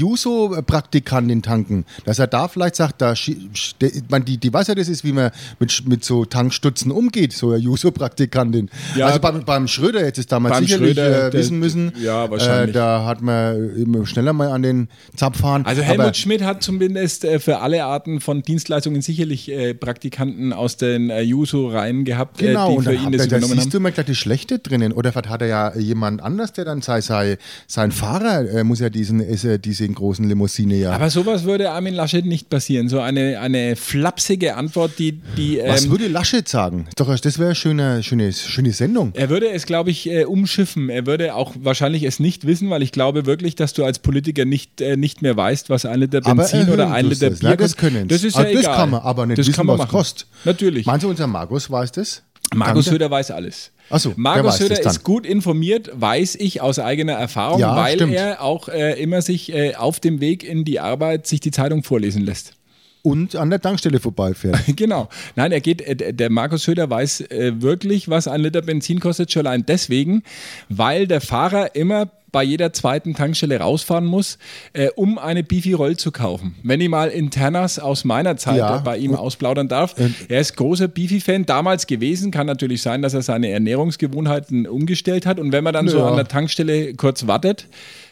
C: Juso-Praktikantin tanken. Dass er da vielleicht sagt, da schi- sch- der, man, die, die weiß ja, das ist, wie man mit, sch- mit so Tankstutzen umgeht, so eine Juso-Praktikantin.
B: Ja.
C: also beim, beim Schröder hätte es damals
B: Beim
C: sicherlich
B: Schröder,
C: äh,
B: der-
C: wissen müssen.
B: ja, wahrscheinlich.
C: Äh, da hat man eben schneller mal an den Zapfhahn.
B: Also Helmut
C: aber,
B: Schmidt hat zumindest äh, für alle Arten von Dienstleistungen sicherlich äh, Praktikanten aus den äh, Juso-Reihen gehabt,
C: Genau,
B: äh, die
C: und
B: für
C: dann
B: ihn
C: hat er,
B: das
C: da
B: übernommen
C: siehst du
B: haben.
C: immer gleich das Schlechte drinnen. Oder vielleicht hat er ja jemand anders, der dann sei, sei sein Fahrer, äh, muss ja diesen, ist, äh, diesen großen Limousine ja.
B: Aber sowas würde Armin Laschet nicht passieren. So eine, eine flapsige Antwort, die, die
C: Was
B: ähm,
C: würde Laschet sagen? Doch, das wäre eine schöne, schöne, schöne Sendung.
B: er würde es, glaube ich, äh, umschiffen. Er würde auch wahrscheinlich es nicht wissen, weil ich glaube wirklich, dass du als Politiker nicht, äh, nicht mehr weißt, was ein Liter
C: Aber äh,
B: Benzin oder
C: erhöhen
B: ein
C: tust
B: Liter
C: das.
B: Bier
C: Na, ne? das
B: kostet.
C: können
B: Das ist ja
C: Das
B: egal.
C: kann man aber nicht
B: Das
C: wissen,
B: kann man
C: was
B: machen.
C: kostet.
B: Natürlich.
C: Meinst du, unser Markus weiß das?
B: Markus
C: Danke.
B: Söder weiß alles.
C: Ach so, der
B: Markus
C: weiß
B: Söder
C: das dann.
B: ist gut informiert, weiß ich aus eigener Erfahrung,
C: Ja,
B: weil
C: stimmt.
B: er auch äh, immer sich äh, auf dem Weg in die Arbeit sich die Zeitung vorlesen lässt.
C: Und an der Tankstelle vorbeifährt.
B: Genau. Nein, er geht, äh, der der Markus Söder weiß äh, wirklich, was ein Liter Benzin kostet, schon allein deswegen, weil der Fahrer immer bei jeder zweiten Tankstelle rausfahren muss, äh, um eine Bifi-Roll zu kaufen. Wenn ich mal Internas aus meiner Zeit
C: Ja.
B: äh, bei ihm ausplaudern darf, er ist großer Bifi-Fan damals gewesen, kann natürlich sein, dass er seine Ernährungsgewohnheiten umgestellt hat und wenn man dann so
C: Ja.
B: an der Tankstelle kurz wartet,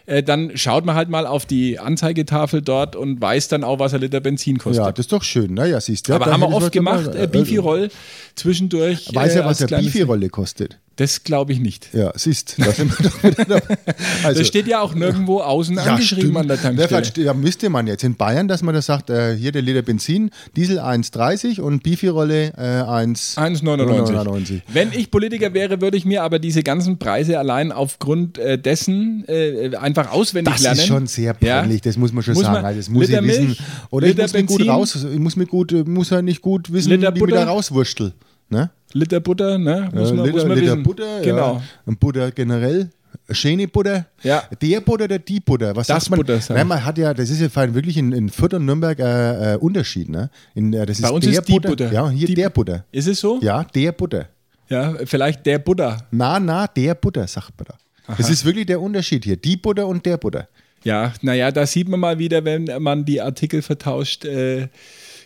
B: äh, dann schaut man halt mal auf die Anzeigetafel dort und weiß dann auch, was ein Liter Benzin kostet.
C: Ja, das ist doch schön. Naja, siehst du.
B: Aber
C: da
B: haben wir
C: hätte ich
B: oft
C: was
B: gemacht,
C: dabei. Also,
B: äh, Bifi-Roll zwischendurch.
C: Weiß
B: äh,
C: ja, was
B: als
C: der
B: kleines-
C: Bifi-Rolle kostet.
B: Das glaube ich nicht.
C: Ja, siehst, da sind wir doch wieder dabei. Also,
B: Das steht ja auch nirgendwo außen angeschrieben an der
C: Ja, vielleicht
B: Tankstelle.
C: ste- ja, müsste man jetzt in Bayern, dass man das sagt, äh, hier der Liter Benzin, Diesel 1,30 und Bifi-Rolle äh, 1
B: 1,99. Wenn ich Politiker wäre, würde ich mir aber diese ganzen Preise allein aufgrund äh, dessen äh, einfach auswendig
C: Das
B: lernen.
C: ist schon sehr peinlich, das muss man schon
B: Muss man-
C: sagen. Also das muss
B: Liter
C: ich wissen.
B: Milch,
C: Oder
B: Liter
C: ich muss mir gut
B: Benzin.
C: raus, ich muss mir gut, äh, muss ja nicht gut wissen,
B: Liter
C: wie man
B: Butter.
C: da rauswurschtelt. Ne?
B: Liter Butter, ne? Muss
C: Ja,
B: man, muss man
C: Liter
B: wissen.
C: Butter,
B: genau.
C: ja. Und Butter generell. Schöne Butter,
B: Ja.
C: der Butter oder die Butter, was
B: Das
C: sagt man?
B: Butter, sag
C: Nein,
B: ich.
C: man hat ja, das ist ja vor allem wirklich in, in Fürth und Nürnberg äh, äh, Unterschied, ne? In, äh, das
B: Bei
C: ist
B: uns
C: der
B: ist die Butter.
C: Ja, und hier
B: Die-
C: der Butter.
B: Ist es so?
C: Ja, der Butter.
B: Ja, vielleicht der Butter.
C: Na, na, der Butter, sagt man da. Das ist wirklich der Unterschied hier, die Butter und der Butter.
B: Ja, naja, da sieht man mal wieder, wenn man die Artikel vertauscht, äh,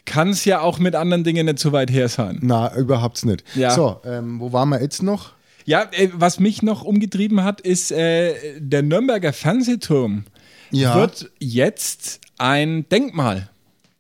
B: kann es ja auch mit anderen Dingen nicht so weit her sein.
C: Na, überhaupt nicht.
B: Ja.
C: So, ähm, wo waren wir jetzt noch?
B: Ja, äh, was mich noch umgetrieben hat, ist äh, der Nürnberger Fernsehturm
C: Ja.
B: wird jetzt ein Denkmal.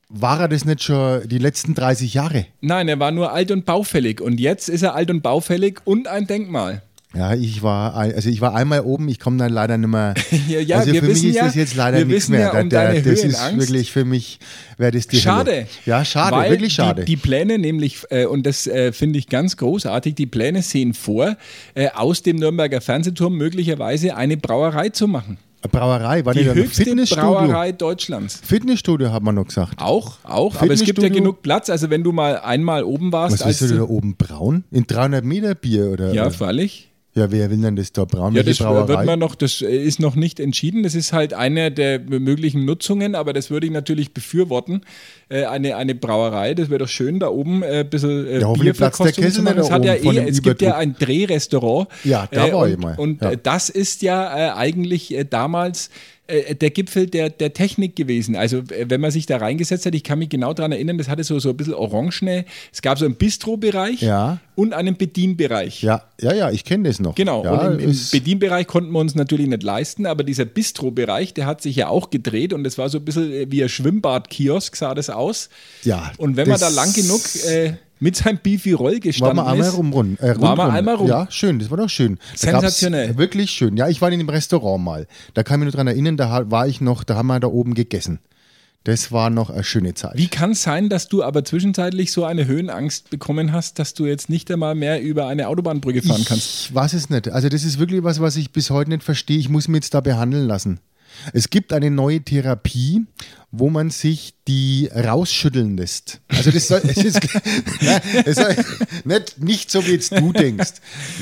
C: War er das nicht schon die letzten 30 Jahre?
B: Nein, er war nur alt und baufällig und jetzt ist er alt und baufällig und ein Denkmal.
C: Ja, ich war, ein- also ich war einmal oben, ich komme dann leider nicht mehr.
B: Ja, ja,
C: also
B: wir
C: für mich
B: wissen
C: ist
B: ja-
C: das jetzt leider
B: wir
C: nichts
B: wissen
C: mehr.
B: ja um
C: Da- da-
B: deine
C: das ist
B: Höhenangst.
C: wirklich für mich, wäre das die Hölle.
B: Schade.
C: Ja, schade,
B: Weil
C: wirklich schade.
B: Die, die Pläne nämlich, äh, und das äh, finde ich ganz großartig, die Pläne sehen vor, äh, aus dem Nürnberger Fernsehturm möglicherweise eine Brauerei zu machen.
C: Brauerei, war
B: Die
C: die noch
B: höchste
C: Fitnessstudio?
B: Brauerei Deutschlands.
C: Fitnessstudio hat man noch gesagt.
B: Auch, auch, aber es gibt ja
C: Fitnessstudio?
B: genug Platz. Also wenn du mal einmal oben warst,
C: Was willst du
B: als
C: denn da oben braun? In 300 Meter Bier oder?
B: ja,
C: oder?
B: freilich.
C: ja wer will denn das da braun?
B: Ja,
C: Welche
B: das wird
C: Brauerei?
B: man noch, das äh, ist noch nicht entschieden. Das ist halt eine der möglichen Nutzungen, aber das würde ich natürlich befürworten. Äh, eine, eine Brauerei, das wäre doch schön, da oben äh, ein bisschen äh,
C: Ja, hoffentlich platzt der
B: Bierverkostung zu
C: Kessel
B: machen.
C: nicht
B: Es
C: da
B: hat ja
C: oben von
B: eh,
C: dem
B: es gibt ja
C: Überdruck.
B: ein Drehrestaurant.
C: Ja, da
B: äh,
C: war ich
B: und,
C: mal,
B: Und
C: ja.
B: äh, das ist ja äh, eigentlich äh, damals äh, der Gipfel der, der Technik gewesen. Also äh, wenn man sich da reingesetzt hat, ich kann mich genau daran erinnern, das hatte so, so ein bisschen orangene, es gab so einen Bistro-Bereich
C: Ja.
B: und einen Bedienbereich.
C: Ja, ja, ja, ich kenne das noch.
B: Genau,
C: Ja,
B: und im, im
C: ist-
B: Bedienbereich konnten wir uns natürlich nicht leisten, aber dieser Bistro-Bereich, der hat sich ja auch gedreht und das war so ein bisschen äh, wie ein Schwimmbad-Kiosk, sah das aus.
C: Ja,
B: Und wenn man da
C: das-
B: lang genug äh, mit seinem Beefy-Roll
C: War
B: gestanden
C: mal einmal
B: ist,
C: rumrun. Äh,
B: war mal
C: rundrum.
B: einmal rum.
C: Ja, schön, das war doch schön. Da gab's-
B: Sensationell.
C: Wirklich schön. Ja, ich war in dem Restaurant mal. Da kann ich mich nur dran erinnern, da ha- war ich noch, da haben wir da oben gegessen. Das war noch eine schöne Zeit.
B: Wie kann es sein, dass du aber zwischenzeitlich so eine Höhenangst bekommen hast, dass du jetzt nicht einmal mehr über eine Autobahnbrücke fahren kannst?
C: Ich weiß es nicht. Also, das ist wirklich was, was ich bis heute nicht verstehe. Ich muss mich jetzt da behandeln lassen. Es gibt eine neue Therapie, wo man sich die rausschütteln lässt. Also das soll, es ist, nein, es soll nicht, nicht so, wie jetzt du denkst.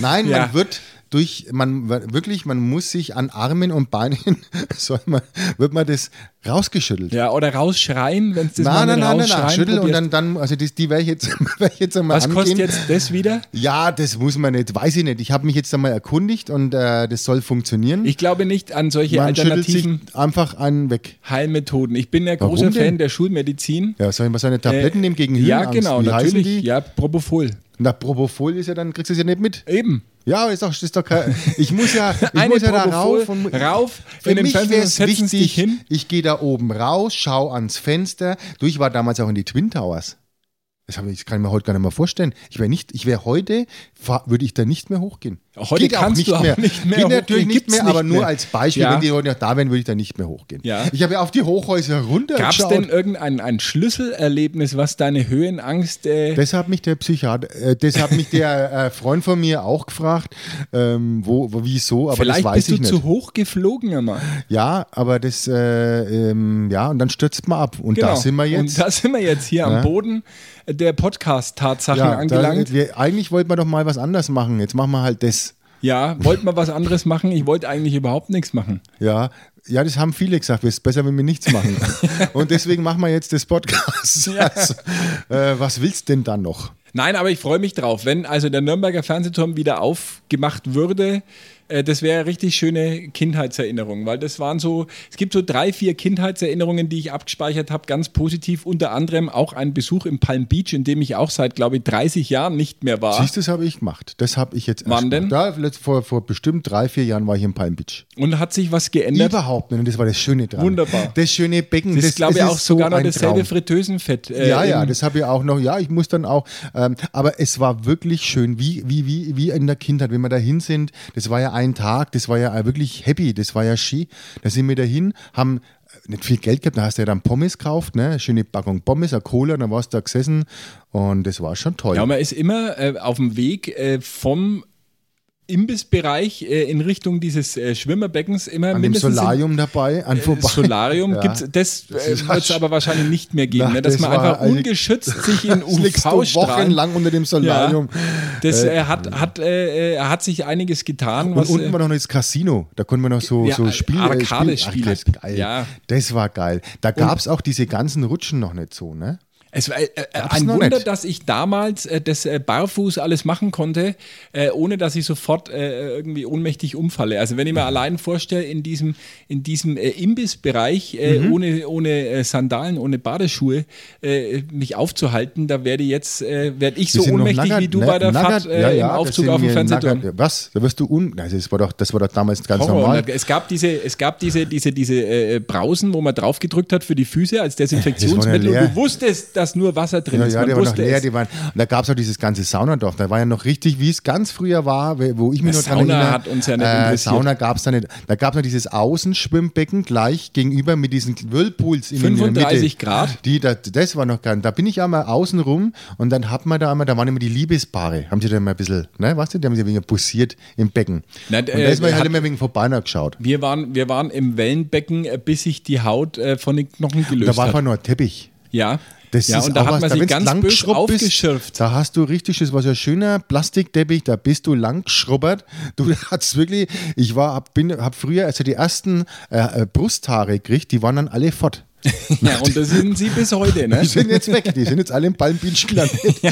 C: Nein,
B: Ja.
C: man wird durch, man wirklich, man muss sich an Armen und Beinen, soll man, wird man das rausgeschüttelt.
B: Ja, oder rausschreien, wenn es das mal
C: Nein,
B: mit
C: nein, nein, nein, nein,
B: rausschreien
C: schüttel und
B: probierst.
C: dann, dann also das, die werde ich jetzt, werd ich jetzt einmal
B: Was kostet
C: angehen.
B: jetzt das wieder?
C: Ja, das muss man nicht, weiß ich nicht. Ich habe mich jetzt einmal erkundigt und äh, das soll funktionieren.
B: Ich glaube nicht an solche
C: man schüttelt sich
B: alternativen
C: einfach einen weg.
B: Heilmethoden. Ich bin ja
C: Warum
B: großer
C: denn?
B: Fan der Schulmedizin.
C: Ja, soll ich mal seine Tabletten
B: Äh,
C: nehmen gegen
B: Ja,
C: Höhenangst?
B: genau,
C: Wie heißen
B: natürlich.
C: die?
B: Ja, Propofol.
C: Na, Propofol ist ja dann, kriegst du es ja nicht mit.
B: Eben.
C: Ja, ist doch, ist doch kein, ich muss ja, ich
B: Eine
C: muss ja da
B: Propofol,
C: rauf. Und,
B: rauf
C: für
B: in den
C: mich
B: Fernseher
C: wäre es
B: und setzen's
C: wichtig,
B: dich hin.
C: ich gehe da oben raus, schau ans Fenster. Du, ich war damals auch in die Twin Towers. Das, hab ich, das kann ich mir heute gar nicht mehr vorstellen. Ich wäre nicht, ich wäre heute, fa- würde ich da nicht mehr hochgehen.
B: Heute
C: Geht auch
B: kannst
C: nicht
B: du auch
C: mehr.
B: nicht mehr.
C: Geht
B: hoch-
C: natürlich nicht
B: gibt's
C: mehr, aber nur als Beispiel,
B: Ja.
C: wenn die heute noch da wären, würde ich da nicht mehr hochgehen.
B: Ja.
C: Ich habe ja auf die Hochhäuser
B: Gab
C: runtergeschaut.
B: es denn irgendein ein Schlüsselerlebnis, was deine Höhenangst. Äh,
C: Das hat mich der Psychiater, äh, das hat mich der äh, Freund von mir auch gefragt, ähm, wo, wo, wieso, aber
B: vielleicht
C: das weiß
B: bist du
C: ich nicht.
B: zu hoch geflogen einmal.
C: ja, aber das, äh, ähm, ja, und dann stürzt man ab. Und da sind wir jetzt.
B: Genau. Und da sind wir jetzt hier
C: Ja.
B: am Boden der Podcast-Tatsachen
C: ja,
B: angelangt.
C: Da, wir, eigentlich wollten wir doch mal was anders machen. Jetzt machen wir halt das.
B: ja, wollten wir was anderes machen? Ich wollte eigentlich überhaupt nichts machen.
C: Ja, ja, das haben viele gesagt. Es ist besser, wenn wir nichts machen. und deswegen machen wir jetzt das Podcast. Also, äh, was willst denn dann noch?
B: Nein, aber ich freue mich drauf. Wenn also der Nürnberger Fernsehturm wieder aufgemacht würde, äh, das wäre richtig schöne Kindheitserinnerung, weil das waren so, es gibt so drei, vier Kindheitserinnerungen, die ich abgespeichert habe, ganz positiv. Unter anderem auch ein Besuch im Palm Beach, in dem ich auch seit, glaube ich, 30 Jahren nicht mehr war.
C: Siehst du, das habe ich gemacht. Das habe ich jetzt erst
B: Wann denn?
C: gemacht. Da, letzt- vor, vor bestimmt drei, vier Jahren war ich in Palm Beach.
B: Und hat sich was geändert?
C: Überhaupt nicht. Und das war das Schöne dran.
B: Wunderbar.
C: Das schöne Becken.
B: das ist, glaube ich,
C: das
B: auch sogar noch
C: ein
B: dasselbe
C: Traum.
B: Fritteusenfett. äh,
C: ja, ja,
B: im-
C: das habe ich auch noch. Ja, ich muss dann auch. Ähm, aber es war wirklich schön, wie, wie, wie, wie in der Kindheit, wenn wir da hin sind. Das war ja ein Tag, das war ja wirklich happy, das war ja schön. Da sind wir dahin, haben äh, nicht viel Geld gehabt, da hast du ja dann Pommes gekauft, ne? Schöne Packung Pommes, eine Cola, dann warst du da gesessen und das war schon toll.
B: Ja, man ist immer äh, auf dem Weg äh, vom Imbissbereich äh, in Richtung dieses äh, Schwimmerbeckens immer
C: An dem
B: mindestens in-
C: Solarium dabei, an vorbei.
B: Das Solarium
C: Ja.
B: gibt's, das,
C: Das
B: äh,
C: ist
B: wird es
C: rasch.
B: aber wahrscheinlich nicht mehr geben,
C: Na,
B: ne? dass
C: das
B: man
C: war
B: einfach
C: eine-
B: ungeschützt sich in
C: Das liegst du
B: UV-Strahlen.
C: wochenlang unter dem
B: Ja,
C: Solarium.
B: das äh, hat, hat, äh, äh, hat sich einiges getan.
C: Und
B: Was,
C: unten
B: äh,
C: war noch das Casino. Da konnten wir noch so,
B: Ja,
C: so Spiele. äh,
B: Arcade-Spiele.
C: Ach, das, geil.
B: Ja.
C: das war geil. Da gab es auch diese ganzen Rutschen noch nicht so, ne?
B: es war äh, äh,
C: Gab's
B: ein
C: noch
B: Wunder,
C: nicht.
B: dass ich damals äh, das äh, barfuß alles machen konnte, äh, ohne dass ich sofort äh, irgendwie ohnmächtig umfalle. Also wenn ich
C: Mhm.
B: mir allein vorstelle, in diesem, in diesem äh, Imbissbereich äh,
C: Mhm.
B: ohne, ohne äh, Sandalen, ohne Badeschuhe äh, mich aufzuhalten, da werde jetzt äh, werde ich so
C: Wir sind noch
B: ohnmächtig
C: nackert,
B: wie du
C: ne?
B: bei der
C: Nackert,
B: Fahrt äh,
C: ja, ja,
B: im
C: das
B: Aufzug
C: sind
B: auf dem
C: wir
B: Fernsehturm.
C: nackert. Was? Da wirst du un. Also das, war doch, das war doch damals ganz
B: Horror. ne?
C: normal.
B: Und es gab diese, es gab diese, diese, diese äh, Brausen, wo man draufgedrückt hat für die Füße als Desinfektionsmittel.
C: leer.
B: Und du wusstest, dass nur Wasser drin
C: Ja,
B: ist.
C: ja,
B: Man
C: die waren noch
B: wusste
C: leer,
B: es.
C: die waren. Und da gab es auch dieses ganze Saunadorf. Da war ja noch richtig, wie es ganz früher war, we- wo ich mich
B: Ja,
C: noch dran
B: Sauna
C: erinnere. äh,
B: hat uns ja nicht interessiert.
C: Sauna gab es da nicht. Da gab es noch dieses Außenschwimmbecken gleich gegenüber mit diesen Whirlpools in
B: 35
C: der Mitte.
B: Grad?
C: Die, da, das war noch ganz. Da bin ich einmal außen rum und dann hat man da einmal, da waren immer die Liebespaare. Haben sie da immer ein bisschen, ne, weißt du, die haben sie ein wenig bussiert im Becken.
B: Na,
C: und da
B: äh,
C: ist man
B: hat-
C: halt immer wegen vorbei geschaut.
B: Wir waren, wir waren im Wellenbecken, äh, bis sich die Haut äh, von den Knochen
C: Da
B: gelöst
C: war
B: hat.
C: einfach nur ein Teppich.
B: Ja,
C: Das
B: ja
C: ist
B: und da
C: auch
B: hat
C: was,
B: man
C: da
B: sich
C: wenn's
B: ganz bös
C: langgeschrubbt bist,
B: aufgeschürft.
C: Da hast du richtig, das war so ein schöner Plastikteppich, da bist du langgeschrubbert. Du hast wirklich, ich war, hab, bin, hab früher, also die ersten äh, äh, Brusthaare gekriegt, die waren dann alle fort.
B: Ja, und das sind sie bis heute, ne?
C: Die sind jetzt weg, die sind jetzt alle im Palmbeach gelandet. ja,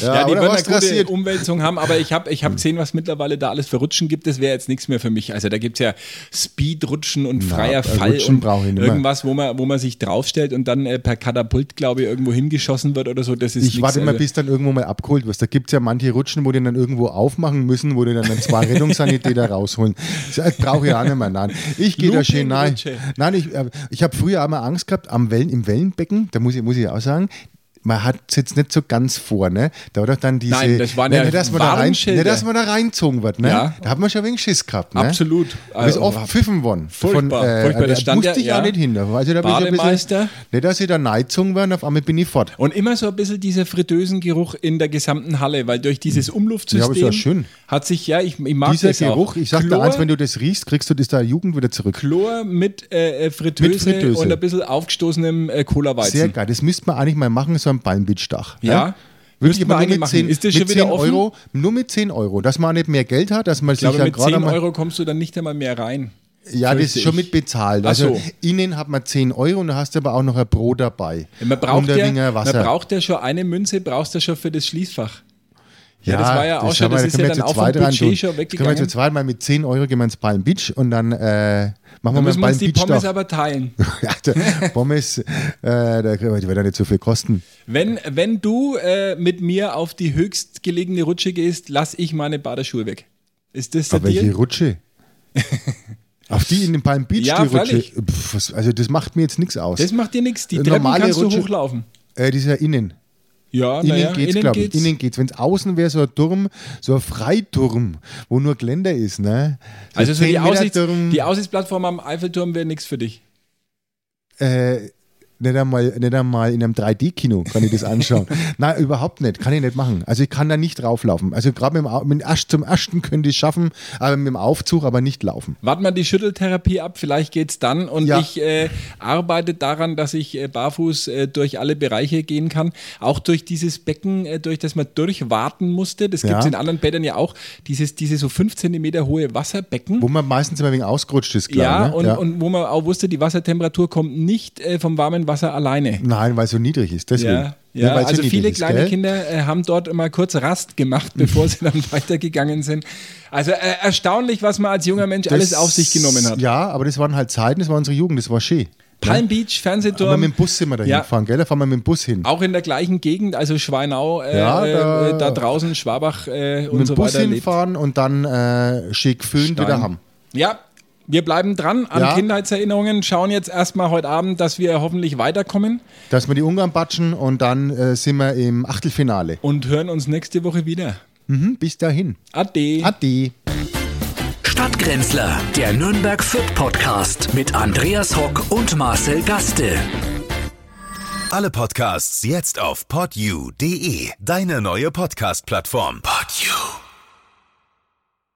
B: Ja, die werden
C: oder
B: eine
C: was
B: gute
C: rasiert.
B: Umwälzung haben, aber ich habe ich hab gesehen, was mittlerweile da alles für Rutschen gibt. Das wäre jetzt nichts mehr für mich. Also da gibt es ja Speed-Rutschen und freier
C: äh,
B: Fall
C: Rutschen
B: und
C: brauch ich nicht mehr.
B: irgendwas, wo man, wo man sich draufstellt und dann äh, per Katapult, glaube ich, irgendwo hingeschossen wird oder so. Das ist
C: Ich warte
B: nix,
C: immer,
B: also.
C: bis dann irgendwo mal abgeholt wirst. Da gibt es ja manche Rutschen, wo die dann irgendwo aufmachen müssen, wo die dann zwei Rettungssanitäter rausholen. Das brauche ich auch nicht mehr. Nein. Ich gehe da schön nein.
B: Loopingrutsche.
C: Nein, ich, äh, ich habe früher einmal Angst gehabt am Wellen, im Wellenbecken, da muss ich, muss ich auch sagen, man hat es jetzt nicht so ganz vor, ne? Da war doch dann diese.
B: Nein, das waren
C: ne,
B: ja
C: nicht, dass man da rein,
B: Warnschilder.
C: nicht, dass man da reingezogen wird, ne?
B: Ja.
C: Da hat man schon wegen Schiss gehabt, ne?
B: Absolut.
C: Da ist
B: Also,
C: oft pfiffen worden. äh,
B: furchtbar, furchtbar.
C: Da
B: Das stand
C: musste
B: ja-
C: ich
B: ja.
C: auch nicht hin. Also da bin ich ein
B: Bademeister.
C: bisschen, nicht, dass ich da neizung war und auf einmal bin ich fort.
B: Und immer so ein bisschen dieser Fritösengeruch in der gesamten Halle, weil durch dieses Umluftsystem
C: Hm. Ja, aber ist ja schön.
B: hat sich, ja, ich, ich mag
C: Dieser
B: das
C: Geruch,
B: auch.
C: ich sag dir
B: Chlor,
C: eins, wenn du das riechst, kriegst du das da Jugend wieder zurück.
B: Chlor mit, äh, äh, Fritteuse
C: Mit Fritteuse.
B: und ein bisschen aufgestoßenem äh, Cola-Weizen.
C: Sehr geil. Das müsste man eigentlich mal machen, so ein Palmbeach-Dach.
B: Ja.
C: Wirklich,
B: Müssten wir
C: aber nur
B: eigentlich
C: mit
B: machen.
C: 10,
B: Ist das schon
C: mit
B: wieder
C: 10
B: offen?
C: Euro, nur mit 10 Euro, dass man nicht mehr Geld hat, dass man
B: ich glaube,
C: sich ja
B: mit
C: gerade
B: 10
C: mal...
B: Euro kommst du dann nicht einmal mehr rein.
C: Ja, das
B: fürchte
C: ist schon
B: ich.
C: mit bezahlt.
B: Ach
C: Also
B: so.
C: innen hat man 10 Euro und da hast du aber auch noch ein Brot dabei.
B: Man braucht,
C: Und ein Winger
B: ja, man
C: Wasser.
B: braucht ja schon eine Münze, brauchst du schon für das Schließfach. Ja, das war ja auch schon,
C: haben wir-
B: das
C: da
B: ist ja
C: können wir
B: dann
C: zu
B: auch vom
C: zweit rein
B: Budget
C: tun.
B: schon
C: Das
B: weggegangen.
C: Können wir zu zweit mal mit 10 Euro gehen wir ins Palm Beach und dann äh, machen wir
B: Da
C: mal
B: müssen wir uns die
C: Palmbeach-Dach.
B: Pommes aber teilen.
C: Ja, der Pommes, äh, da die wird ja nicht so viel kosten.
B: Wenn, wenn du äh, mit mir auf die höchstgelegene Rutsche gehst, lass ich meine Badeschuhe weg. Ist das der
C: Aber welche
B: Deal?
C: Rutsche? Auf die in den Palm Beach,
B: Ja,
C: die Rutsche.
B: freilich.
C: Pff, was- also das macht mir jetzt nichts aus.
B: Das macht dir nichts. Die
C: Eine
B: Treppen
C: normale
B: kannst du
C: Rutsche-
B: hochlaufen.
C: äh, das ist ja innen.
B: Ja,
C: Innen
B: naja,
C: geht's,
B: innen
C: glaube ich.
B: geht's.
C: Innen geht's. Wenn es außen wäre, so ein Turm, so ein Freiturm, wo nur Geländer ist, ne? So
B: Also
C: ein
B: so die,
C: 10 Meter
B: Aussichts
C: Turm,
B: die Aussichtsplattform am Eiffelturm wäre nichts für dich.
C: äh, nicht einmal, nicht einmal in einem 3D-Kino kann ich das anschauen. Nein, überhaupt nicht. Kann ich nicht machen. Also ich kann da nicht drauflaufen. Also gerade mit dem, Au- mit dem Asch, zum Aschten könnte ich schaffen, aber mit dem Aufzug aber nicht laufen.
B: Warten wir die Schütteltherapie ab, vielleicht geht's dann. Und
C: Ja.
B: ich äh, arbeite daran, dass ich äh, barfuß äh, durch alle Bereiche gehen kann. Auch durch dieses Becken, äh, durch das man durchwarten musste. Das
C: Ja.
B: gibt's in anderen Bädern ja auch. Dieses, diese so fünf Zentimeter hohe Wasserbecken.
C: Wo man meistens immer wegen ausgerutscht ist, klar.
B: ja,
C: ne?
B: und, und wo man auch wusste, die Wassertemperatur kommt nicht äh, vom warmen Wasser alleine.
C: Nein, weil es so niedrig ist. Deswegen.
B: Ja,
C: Ne,
B: ja
C: weil es so
B: also
C: niedrig
B: viele
C: ist,
B: kleine
C: gell?
B: Kinder äh, haben dort immer kurz Rast gemacht, bevor sie dann weitergegangen sind. Also äh, erstaunlich, was man als junger Mensch alles
C: Das-
B: auf sich genommen hat.
C: Ja, aber das waren halt Zeiten, das war unsere Jugend, das war schön.
B: Palm Beach, Fernsehturm.
C: Aber mit dem Bus sind wir da
B: ähm, Ja.
C: hingefahren, gell? Da fahren wir mit dem Bus hin.
B: Auch in der gleichen Gegend, also Schweinau, äh,
C: Ja,
B: äh,
C: da-
B: da, draußen, Schwabach äh, und
C: mit dem
B: so
C: Bus
B: weiter. lebt.
C: hinfahren und dann äh, schick Föhn
B: Stein.
C: wieder haben.
B: Ja, wir bleiben dran an
C: Ja.
B: Kindheitserinnerungen, schauen jetzt erstmal heute Abend, dass wir hoffentlich weiterkommen
C: Dass wir die Ungarn batschen und dann äh, sind wir im Achtelfinale.
B: und hören uns nächste Woche wieder.
C: Mhm, bis dahin.
B: Ade.
C: Ade.
A: Stadtgrenzler, der Nürnberg Fürth Podcast mit Andreas Hock und Marcel Gaste.
D: Alle Podcasts jetzt auf podyou.de, deine neue Podcast-Plattform. Podyou.